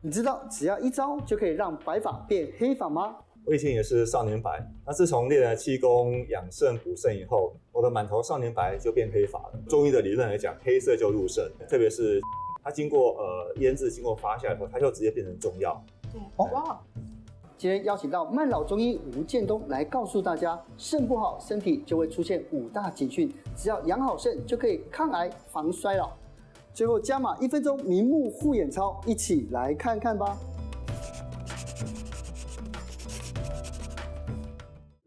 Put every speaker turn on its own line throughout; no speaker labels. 你知道只要一招就可以让白发变黑发吗？
我以前也是少年白，那自从练了气功养肾补肾以后，我的满头少年白就变黑发了。中医的理论来讲，黑色就入肾，特别是它经过呃腌制、经过发酵以后，它就直接变成中药。
对，
哦
哇，
今天邀请到慢老中医吴建东来告诉大家，肾不好，身体就会出现五大警讯，只要养好肾就可以抗癌防衰老。最后加码一分钟明目护眼操，一起来看看吧。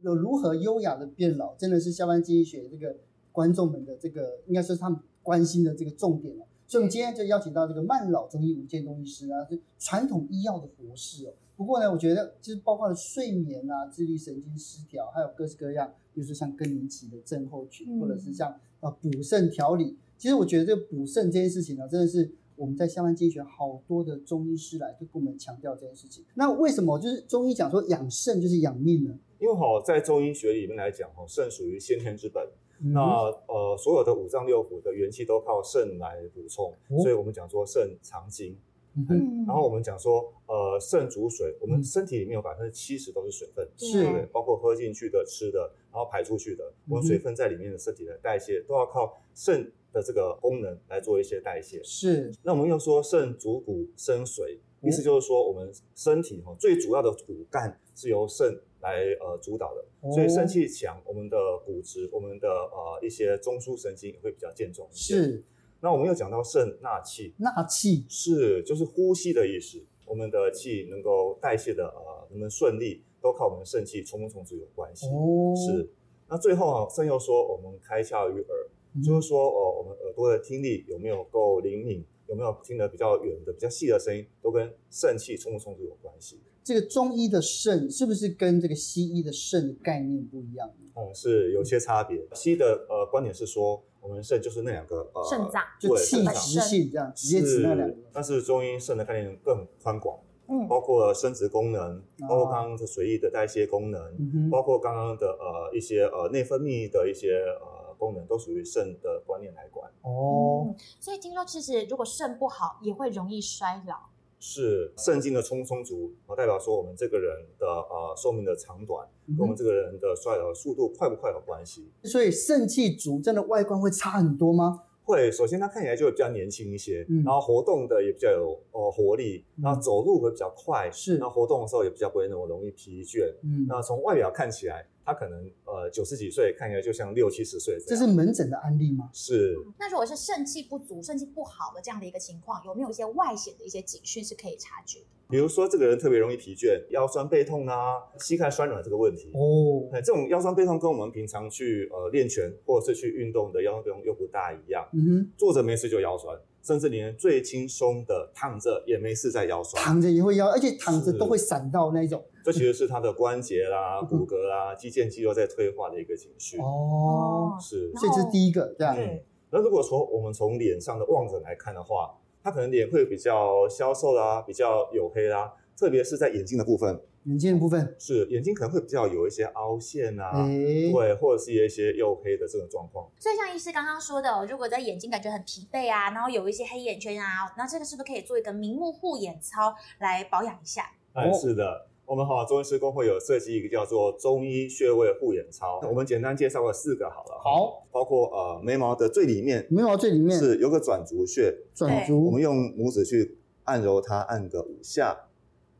有如何优雅的变老，真的是下班经济学这个观众们的这个，呃应该说是他们关心的这个重点了。所以，我们今天就邀请到这个慢老中医吴建东医师啊，是传统医药的博士哦。不过呢，我觉得就是包括了睡眠啊、自律神经失调，还有各式各样，比如说像更年期的症候群，
嗯
或者是像呃补肾调理。其实我觉得这个补肾这件事情呢、真的是我们在下班经济学好多的中医师来都跟我们强调这件事情。那为什么就是中医讲说养肾就是养命呢？
因为哈，在中医学里面来讲哈，肾属于先天之本，
嗯
那呃所有的五脏六腑的元气都靠肾来补充，
哦
所以我们讲说肾藏精。
嗯哼
嗯
然后我们讲说，呃，肾主水，我
嗯
们身体里面有百分之七十都是水分，
是
对，包括喝进去的、吃的，然后排出去的，我
嗯哼
们水分在里面的身体的代谢都要靠肾的这个功能来做一些代谢。
是
那我们又说肾主骨生髓，
哦
意思就是说我们身体哈最主要的骨干是由肾来呃主导的，
哦
所以肾气强，我们的骨质、我们的呃一些中枢神经也会比较健壮一些。，
是
那我们又讲到肾纳气，
纳气，
是，就是呼吸的意思。我们的气能够代谢的呃，能不能顺利，都靠我们的肾气充不充足有关系。
哦，
是。那最后啊，肾又说我们开窍于耳，
嗯
就是说哦、呃我们耳朵的听力有没有够灵敏，有没有听得比较远的、比较细的声音，都跟肾气充不充足有关系。
这个中医的肾是不是跟这个西医的肾的概念不一样呢？
嗯，是有些差别。西医的呃观点是说，我们肾就是那两个呃
肾脏
就
对
气
肾脏
质性这样，直接指那两
是
个。
但是中医肾的概念更宽广。
嗯
包括生殖功能，包括刚刚的水液的代谢功能，
哦嗯哼，
包括刚刚的呃一些呃内分泌的一些呃功能，都属于肾的观念来管。
哦，
嗯，所以听说其实如果肾不好，也会容易衰老。
是肾精的充充足，呃代表说我们这个人的呃寿命的长短，
嗯
跟我们这个人的衰老速度快不快有关系。
所以肾气足，真的外观会差很多吗？
会，首先他看起来就会比较年轻一些，
嗯
然后活动的也比较有呃活力，
嗯
然后走路会比较快，
是
然后活动的时候也比较不会那么容易疲倦。
嗯，
那从外表看起来，他可能呃九十几岁，看起来就像六七十岁
这
样
是门诊的案例吗？
是
那如果是肾气不足、肾气不好的这样的一个情况，有没有一些外显的一些警讯是可以察觉的？
比如说这个人特别容易疲倦，腰酸背痛啊，膝盖酸软这个问题。
哦，
哎，这种腰酸背痛跟我们平常去呃练拳或者是去运动的腰酸背痛又不大一样，
嗯哼，
坐着没事就腰酸，甚至连最轻松的躺着也没事在腰酸，
躺着也会腰，而且躺着
是
都会闪到那一种。
这其实是他的关节啦、
嗯
骨骼啦、肌腱肌肉在退化的一个情绪。
哦，
是，
所以这是第一个，对吧？
嗯那如果说我们从脸上的望诊来看的话，他可能脸会比较消瘦啦，比较黝黑啦，特别是在眼睛的部分，
眼睛的部分，
是眼睛可能会比较有一些凹陷啊，
哎，
对，或者是一些黝黑的这种状
哦
况。
所以像医师刚刚说的哦，如果在眼睛感觉很疲惫啊，然后有一些黑眼圈啊，那这个是不是可以做一个明目护眼操来保养一下？
哎、
哦
是的。我们哈中医师工会有设计一个叫做中医穴位护眼操，我们简单介绍了四个好了。，
好，
包括呃眉毛的最里面
眉毛最里面
是有个转足穴，
转
我
足
们，用拇指去按揉它，按个五下。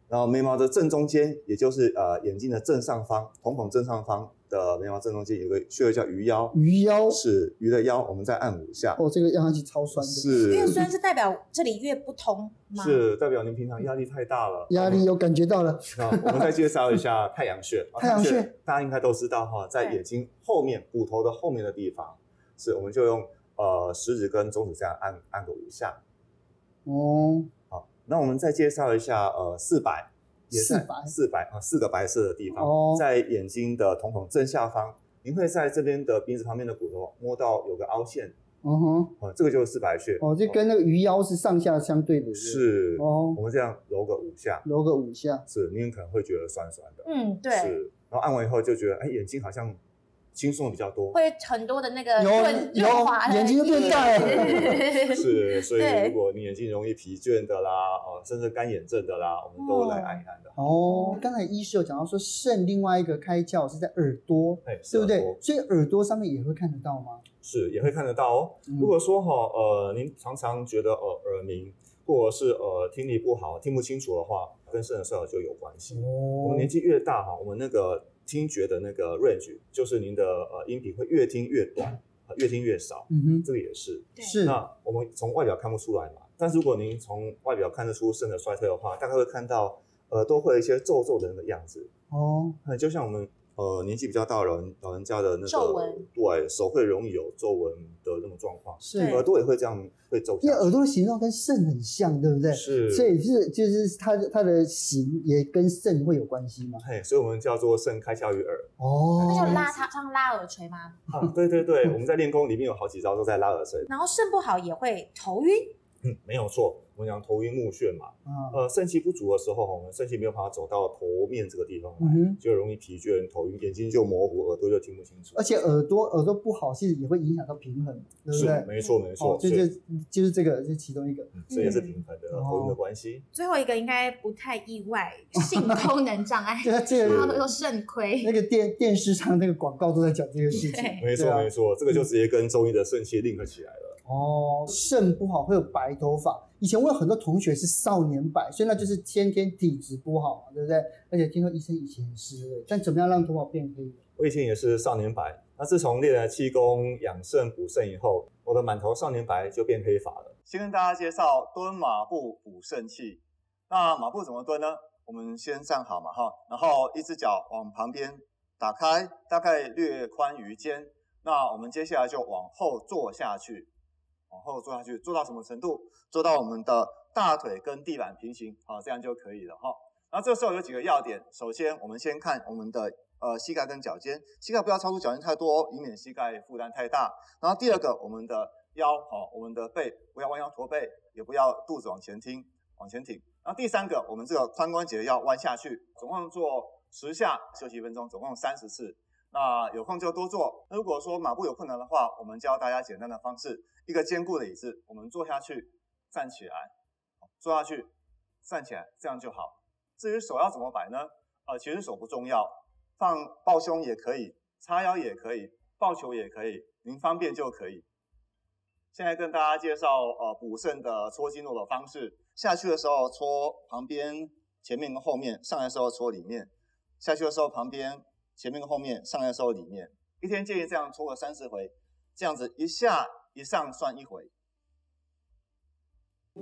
然后眉毛的正中间，也就是呃眼睛的正上方，瞳孔正上方的眉毛正中间有个穴位叫鱼腰，
鱼腰，
是鱼的腰，我们再按五下。
嗯哦，这个压上去超酸的。
是
越酸是代表这里越不通吗？，
是代表您平常压力太大了，
压力有感觉到了，
那我们再介绍一下太阳穴。啊
太阳穴
大家应该都知道哈，在
对
眼睛后面骨头的后面的地方，是我们就用呃食指跟中指这样按按个五下。
哦，
好，那我们再介绍一下呃四百，
400
四百啊四个白色的地方，
哦
在眼睛的瞳孔正下方，您会在这边的鼻子旁边的骨头摸到有个凹陷，
嗯哼，
呃，这个就是四百穴。
哦，就跟那个鱼腰是上下相对的，
是，
哦
我，们这样揉个五下，
揉个五下，
是，您可能会觉得酸酸的。
嗯，对，
是，然后按完以后就觉得，哎，眼睛好像轻松的比较多。
会很多的那个
有
呃润
有
润滑的
眼睛就变大
液
是，所以
对
如果你眼睛容易疲倦的啦，哦，甚至干眼症的啦，我们都来按一按的。
哦，刚才医师有讲到说肾另外一个开窍是在耳朵，
哎，
对不
耳
对
朵？
所以耳朵上面也会看得到吗？
是，也会看得到哦。
嗯
如果说哈、呃，您常常觉得呃耳鸣，或者是呃听力不好、听不清楚的话，跟肾的衰老就有关系。我
哦
们年纪越大哈，我们那个听觉的那个 range，就是您的呃音频会越听越短，呃越听越少，
嗯
这个也是。
对
哼，是
那我们从外表看不出来嘛，但是如果您从外表看得出肾的衰退的话，大概会看到呃都会有一些皱皱的那个样子，
哦，
那就像我们呃年纪比较大的老人老人家的那个
皱纹，
对手会容易有皱纹的那种状况，
是
对
耳朵也会这样会皱下去，
因为耳朵的形状跟肾很像，对不对？
是，
所以是就是它它的形也跟肾会有关系吗？
嘿，所以我们叫做肾开窍于耳
哦，
那就拉它，像拉耳垂吗？
啊，对对对，我们在练功里面有好几招都在拉耳垂，
然后肾不好也会头晕，
嗯，没有错，我们讲头晕目眩嘛，
啊，
呃，肾气不足的时候，我们肾气没有办法走到头面这个地方来。
嗯哼，
就容易疲倦、头晕，眼睛就模糊，耳朵就听不清楚。
而且耳朵耳朵不好，其实也会影响到平衡，对不
是
对？
没错没错
哦，，就
所以
是就是这个，这是其中一个。
嗯这也是平衡的
嗯，
头晕的关系。
最后一个应该不太意外， 性功能障碍
这 这
然
个
后都说肾亏
那，个电电视上那个广告都在讲这个事情。
对，
没
对
错
啊
没错，这个就直接跟中医的肾气 link 起来了。
哦，肾不好会有白头发。以前我有很多同学是少年白，所以那就是先天体质不好嘛，对不对？而且听说医生以前是，但怎么样让头发变黑？
我以前也是少年白，那自从练了气功养肾补肾以后，我的满头少年白就变黑发了。先跟大家介绍蹲马步补肾气。那马步怎么蹲呢？我们先站好嘛哈，然后一只脚往旁边打开，大概略宽于肩。那我们接下来就往后坐下去，往后坐下去，坐到什么程度？坐到我们的大腿跟地板平行，好，这样就可以了哈。那这时候有几个要点，首先我们先看我们的呃膝盖跟脚尖，膝盖不要超出脚尖太多哦，以免膝盖负担太大。然后第二个，我们的腰哦，我们的背不要弯腰驼背，也不要肚子往前挺，往前挺。然后第三个，我们这个髋关节要弯下去，总共做十下，休息一分钟，总共三十次。那有空就多做。那如果说马步有困难的话，我们教大家简单的方式：一个坚固的椅子，我们坐下去，站起来，坐下去，站起来，这样就好。至于手要怎么摆呢？呃，其实手不重要，放抱胸也可以，叉腰也可以，抱球也可以，您方便就可以。现在跟大家介绍呃补肾的搓经络的方式。下去的时候搓旁边、前面跟后面；上来的时候搓里面。下去的时候旁边、前面跟后面；上来的时候里面。一天建议这样搓个三十回，这样子一下一上算一回。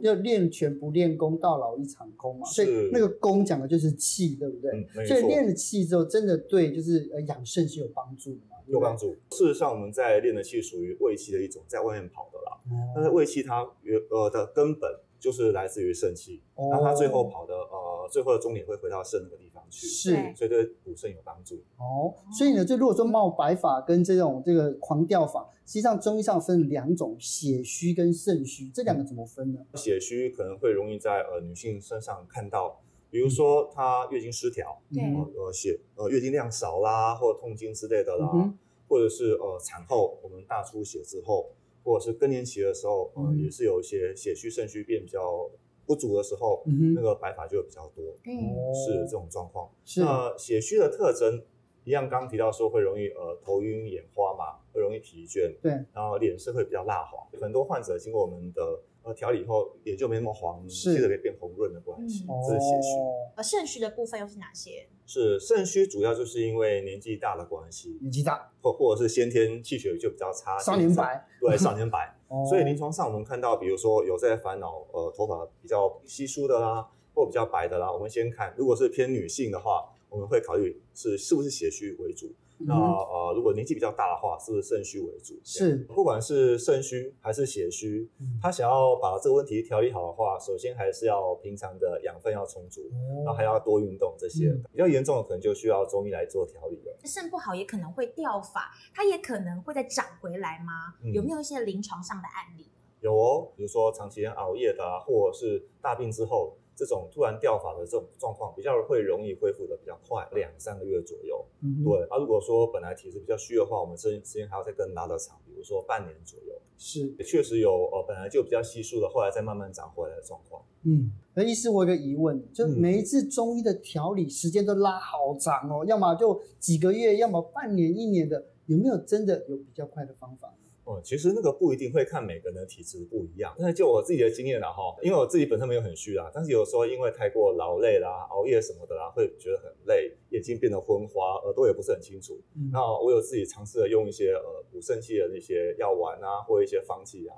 要练拳不练功，到老一场空嘛。所以
是
那个功讲的就是气，对不对？
嗯没
所以
错
练了气之后，真的对就是呃养肾是有帮助的嘛，对不对
有帮。助。事实上，我们在练的气属于胃气的一种，在外面跑的啦。
哦
但是胃气它原呃的根本就是来自于肾气，
哦
那它最后跑的呃最后的终点会回到肾那个地方去，
是
对
所以对补肾有帮助。
哦，所以呢，就如果说冒白发跟这种这个狂掉发，实际上中医上分两种，血虚跟肾虚，这两个怎么分呢？
血虚可能会容易在呃女性身上看到，比如说她月经失调，
对
嗯
呃呃血呃月经量少啦，或痛经之类的啦，
嗯哼
或者是呃产后我们大出血之后，或者是更年期的时候，呃、
嗯
也是有一些血虚肾虚变比较不足的时候，
嗯哼
那个白发就会比较多，
嗯，
哦
是这种状况。
是
那血虚的特征，一样刚提到说会容易呃头晕眼花嘛，会容易疲倦，
对
然后脸色会比较蜡黄。很多患者经过我们的呃调理以后，脸就没那么黄，
是
气得没变红润的关系，
哦
这是血虚。
而呃肾虚的部分又是哪些？
是肾虚主要就是因为年纪大的关系，
年纪大，
或或者是先天气血就比较差，
少年，白，
对少年白。
哦
所以临床上我们看到，比如说有在烦恼呃头发比较稀疏的啦，或比较白的啦，我们先看，如果是偏女性的话，我们会考虑是是不是血虚为主。
嗯
那
哼
呃，如果年纪比较大的话，是不是肾虚为主？
是
不管是肾虚还是血虚
嗯，
他想要把这个问题调理好的话，首先还是要平常的养分要充足，
哦
然后还要多运动这些
嗯。
比较严重的可能就需要中医来做调理了。
肾不好也可能会掉发，它也可能会再长回来吗？
嗯
有没有一些临床上的案例？
有哦，比如说长时间熬夜的、啊，或者是大病之后这种突然掉发的这种状况，比较会容易恢复的比较快，两三个月左右。
嗯哼，
对，啊，如果说本来体质比较虚的话，我们时时间还要再更拉得长，比如说半年左右。
是，
也确实有呃本来就比较稀疏的，后来再慢慢长回来的状况。
嗯。而医师，我有个疑问，就
嗯
每一次中医的调理时间都拉好长哦，要么就几个月，要么半年、一年的，有没有真的有比较快的方法？
嗯，其实那个不一定会看每个人的体质不一样，但是就我自己的经验啦哈，因为我自己本身没有很虚啦，但是有时候因为太过劳累啦、熬夜什么的啦，会觉得很累，眼睛变得昏花，耳朵也不是很清楚。
嗯
那我有自己尝试了用一些呃补肾气的那些药丸啊，或一些方剂啊，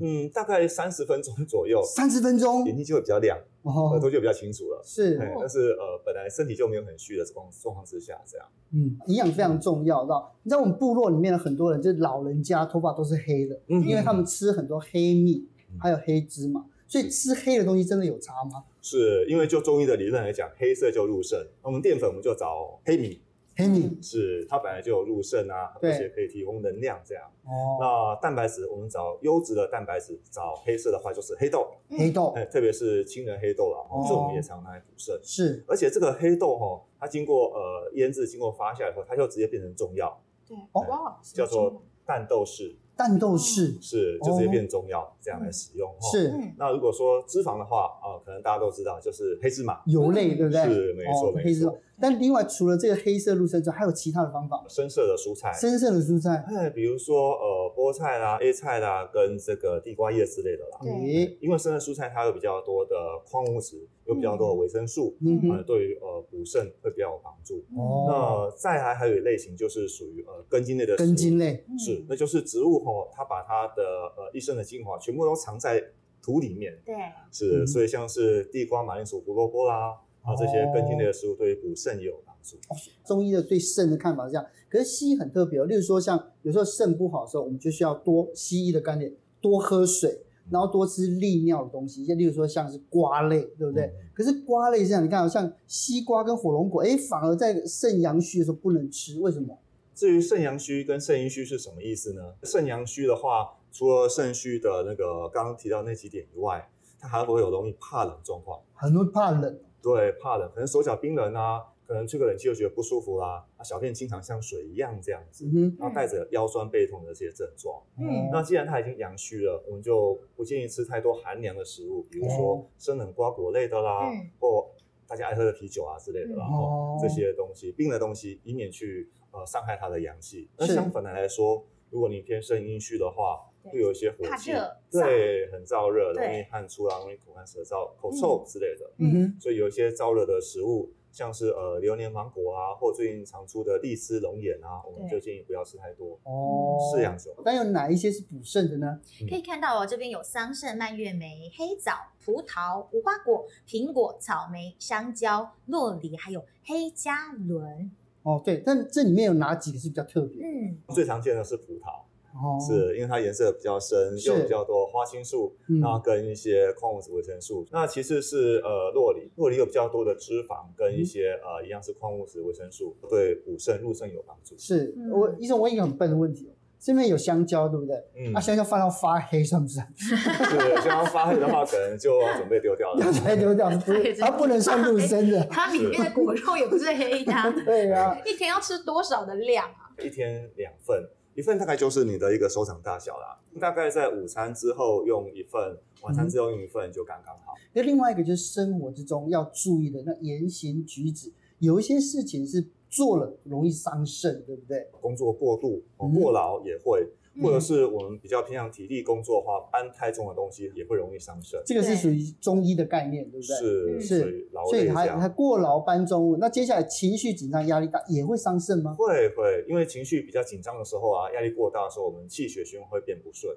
嗯，大概三十分钟左右，
三十分钟
眼睛就会比较亮，耳
哦，
朵就比较清楚了。
是，
哎，但是呃，本来身体就没有很虚的状状况之下，这样。
嗯，营养非常重要，知道？你知道我们部落里面的很多人，就是老人家头发都是黑的，
嗯
因为他们吃很多黑米，
嗯
还有黑芝麻，所以吃黑的东西真的有差吗？
是因为就中医的理论来讲，黑色就入肾，那我们淀粉我们就找黑米，
黑米
是它本来就有入肾啊，
对
而且可以提供能量这样。
哦，
那蛋白质我们找优质的蛋白质，找黑色的话就是黑豆，
黑豆
哎，特别是青仁黑豆啦，
哦
哦、这我们也常拿来补肾。
是
而且这个黑豆哈、哦，它经过呃腌制、经过发酵以后，它就直接变成中药，
对，
哦
哇，
叫做蛋豆豉，
蛋豆豉，
是就直接变成中药、这样来使用、哦。。
是
嗯，
那如果说脂肪的话啊、可能大家都知道，就是黑芝麻，
油类，对不对？
嗯是没错
哦
没错
黑芝麻。但另外除了这个黑色入参之外，还有其他的方法吗？
呃深色的蔬菜，
深色的蔬菜，
哎，比如说呃菠菜啦、A 菜啦，跟这个地瓜叶之类的啦。
对
诶，
因为生的蔬菜它有比较多的矿物质，有比较多的维生素，
嗯
呃，
哼，
对于呃补肾会比较有帮助。
嗯
哦
那再来还有一类型就是属于呃根茎类的食物
根茎类，
嗯
是，那就是植物吼，它把它的呃一生的精华全部都藏在土里面，
对，
是，
嗯
所以像是地瓜、马铃薯、胡萝卜啦，啊这些根茎类
哦
的食物对于补肾也有帮助。
中医的对肾的看法是这样，可是西医很特别、哦，例如说像有时候肾不好的时候，我们就需要多西医的概念，多喝水，然后多吃利尿的东西，就例如说像是瓜类，对不对？
嗯
可是瓜类这样，你看、哦，像西瓜跟火龙果，哎，反而在肾阳虚的时候不能吃，为什么？
至于肾阳虚跟肾阴虚是什么意思呢？肾阳虚的话，除了肾虚的那个刚刚提到那几点以外，它还会有容易怕冷状况。
很多人怕冷，
对，怕冷，可能手脚冰冷啊，可能吹个冷气就觉得不舒服啦、啊，小便经常像水一样这样子，
嗯哦
然后带着腰酸背痛的这些症状。
哼，
嗯
那既然它已经阳虚了，我们就不建议吃太多寒凉的食物，比如说生冷瓜果类的啦，
嗯
或大家爱喝的啤酒啊之类的啦，
嗯
然后
哦
这些东西冰的东西，以免去呃伤害它的阳气。那
是
相反的来说，如果你偏肾阴虚的话，
对
会有一些火
怕
气
热，
对，很燥热，
对
容易汗出啊，容易口干舌燥、口臭之类的。
嗯哼，
所以有一些燥热的食物，像是呃榴莲、芒果啊，或最近常出的荔枝、龙眼啊，我们
对
就建议不要吃太多，
哦，
适养就好。
但有哪一些是补肾的呢？
可以看到哦，这边有桑葚、蔓越莓、黑枣、葡萄、无花果、苹果、草莓、香蕉、洛梨，还有黑加仑。
哦，对，但这里面有哪几个是比较特别？
嗯，
最常见的是葡萄，
哦，，
是因为它颜色比较深，
是
又比较多花青素，
嗯
那跟一些矿物质维生素。那其次是呃洛梨，洛梨有比较多的脂肪跟一
嗯
些呃一样是矿物质维生素，对补肾入肾有帮助。
是
嗯
我医生，我问一个很笨的问题哦，这边有香蕉，对不对？
嗯
那，香蕉放到发黑算 不算？
是像发黑的话，可能就要准备丢掉了
要。才丢掉， 不
对
是它不能算入生的。
它里面的果肉也不是黑的啊，
对啊，
一天要吃多少的量啊？
一天两份，一份大概就是你的一个手掌大小啦，大概在午餐之后用一份，晚
嗯
餐之后用一份就刚刚好。
那另外一个就是生活之中要注意的那言行举止，有一些事情是做了容易伤肾，对不对？
工作过度、哦
嗯
过劳也会，
嗯
或者是我们比较偏向体力工作的话，搬太重的东西也会容易伤肾。
这个是
对
属于中医的概念，对不对？
是啊
嗯
所以劳
所
累
以
这
还还
样
过劳搬重物，那接下来情绪紧张、压力大也会伤肾吗？
会会，因为情绪比较紧张的时候啊，压力过大的时候，我们气血循环会变不顺。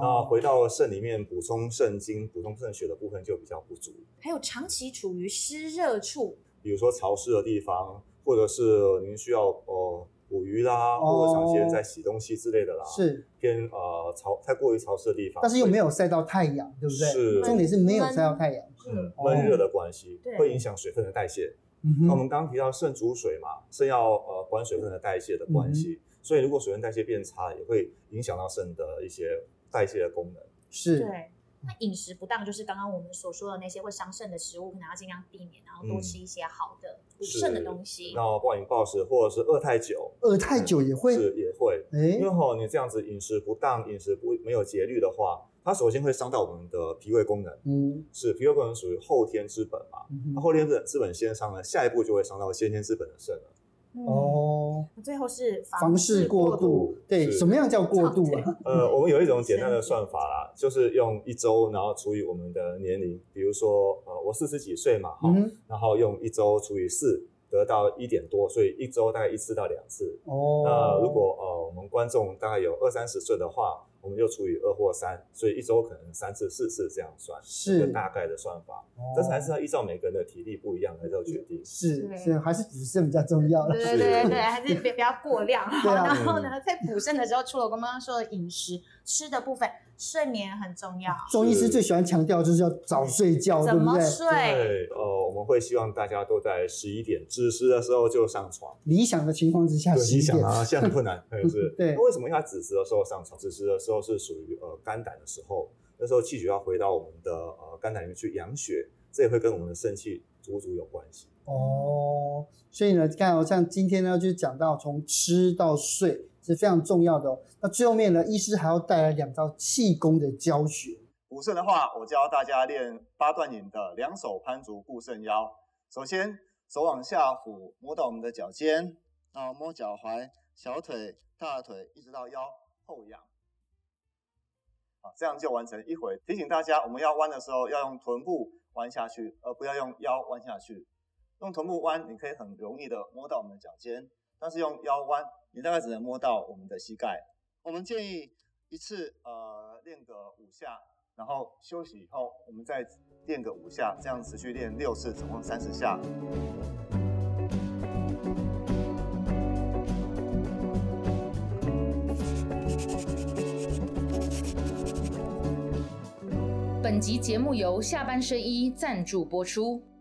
那
哦，
回到肾里面补充肾精、补充肾血的部分就比较不足，
还有长期处于湿热处，
比如说潮湿的地方，或者是您需要呃捕鱼啦，或者长时间在洗东西之类的啦，
哦是，
偏呃潮太过于潮湿的地方，
但是又没
有
有晒到太阳，对不对？
是
重点是没有晒到太阳。
嗯
哦
闷热的关系
对，
会影响水分的代谢。
嗯
那我
哼，
们刚刚提到肾主水嘛，肾要呃管水分的代谢的关系，所以如果水分代谢变差，也会影响到肾的一些代谢的功能。
是。
对，那饮食不当就是刚刚我们所说的那些会伤肾的食物，可能要尽量避免，然后多吃一些好的补肾的东西。
然后暴饮暴食或者是饿太久，
饿太久也会，
是也会，
哎
因为，吼、你这样子饮食不当、饮食不没有节律的话，它首先会伤到我们的脾胃功能，
嗯，
是脾胃功能属于后天之本嘛。
嗯
那
哼
后天之本之本先伤了，下一步就会伤到先天之本的肾了。
嗯，
哦，
最后是
房事过度，对，
是
什么样叫过度啊？
呃，我们有一种简单的
身体
算法啦，就是用一周，然后除以我们的年龄，比如说，呃，我四十几岁嘛，哈、
嗯，
然后用一周除以四，得到一点多，所以一周大概一次到两次。
哦，
那如果呃我们观众大概有二三十岁的话，我们就除以二或三，所以一周可能三次、四次这样算，
是
一个大概的算法。
哦
但是还是要依照每个人的体力不一样来做决定。
是
对
是，还是补肾比较重要了。
对对对 对，还是别不要过量。好，
对啊
然后呢，在补肾的时候，除了我刚刚说的饮食吃的部分，睡眠很重要。
中医师最喜欢强调就是要早睡觉，对
怎
不
么
对？
睡？
对，呃，我们会希望大家都在十一点子时的时候就上床。
理想的情况之下，十
理
一
想
点
啊，现在很困难，对是。
对
那为什么要子时的时候上床？子时的时候是属于呃肝胆的时候，那时候气血要回到我们的呃肝胆里面去养血，这也会跟我们的肾气足不足有关系。
哦，所以呢，看哦，像今天呢，就讲到从吃到睡是非常重要的哦。那最后面呢，医师还要带来两招气功的教学。
补肾的话，我教大家练八段引的两手攀足固肾腰。首先，手往下俯，摸到我们的脚尖，然后摸脚踝、小腿、大腿，一直到腰后仰。啊，这样就完成一回。提醒大家，我们要弯的时候要用臀部弯下去，而不要用腰弯下去。用臀部弯，你可以很容易的摸到我们的脚尖，但是用腰弯，你大概只能摸到我们的膝盖。我们建议一次呃练个五下，然后休息以后，我们再练个五下，这样持续练六次，总共三十下。
本集节目由下半身衣赞助播出。